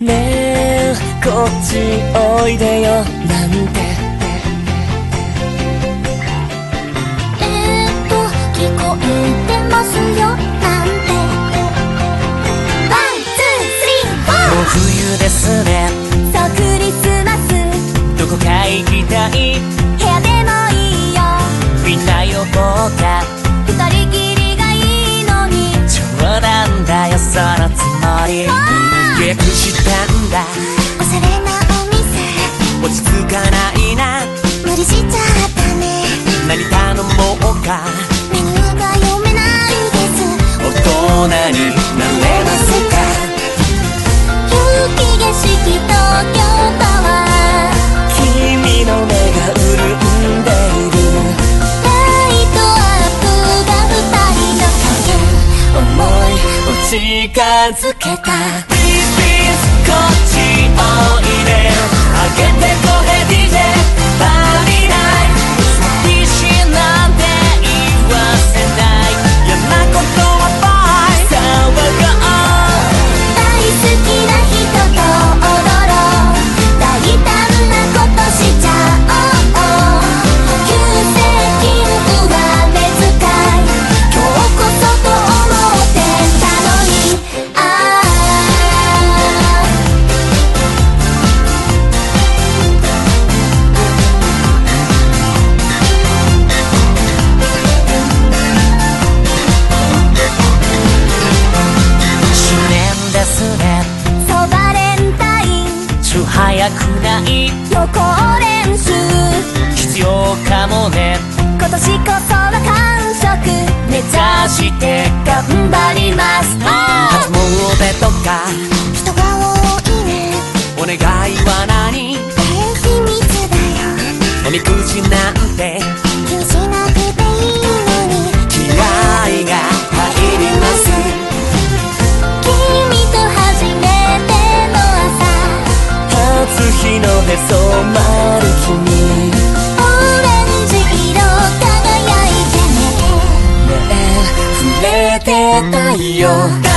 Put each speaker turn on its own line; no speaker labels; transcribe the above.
ねえこっちおいでよなんて
えーっと聞こえてますよなんてワンツ
もう
ー
冬ですね
スリーフォーそうクリスマス
どこか行きたい
部屋でもいいよ
みんな呼ぼうか
二人きりがいいのに
冗談だよそのつもり略したんだ
おしゃれなお店
落ち着かないな
無理しちゃったね
何頼もうか
メニューが読めないです
大人になれますか
雪景色東京タワー
君の目が潤んでいる
ライトアップが二人の影
思いを近づけた Please please こっちおいであげてこれ DJ バリナイ寂しいなんて言わせない嫌なことはバイ騒ごう
大好きな人と踊ろう大胆なことしちゃおう急性金上目遣い今日こそと思ってたのにああ
思念ですね
そうバレンタイン
ちょ早くない
予行練習
必要かもね
今年こそは完食
目指して頑
頑張ります
初詣とか
人が多いね
お願いは何
え秘密だよ
おみくじなんて
気にしなくていいのに
気合が入ります
君と初めての朝
初日の出染まる君
オレンジ色輝いてね
ねえ触れてたいよ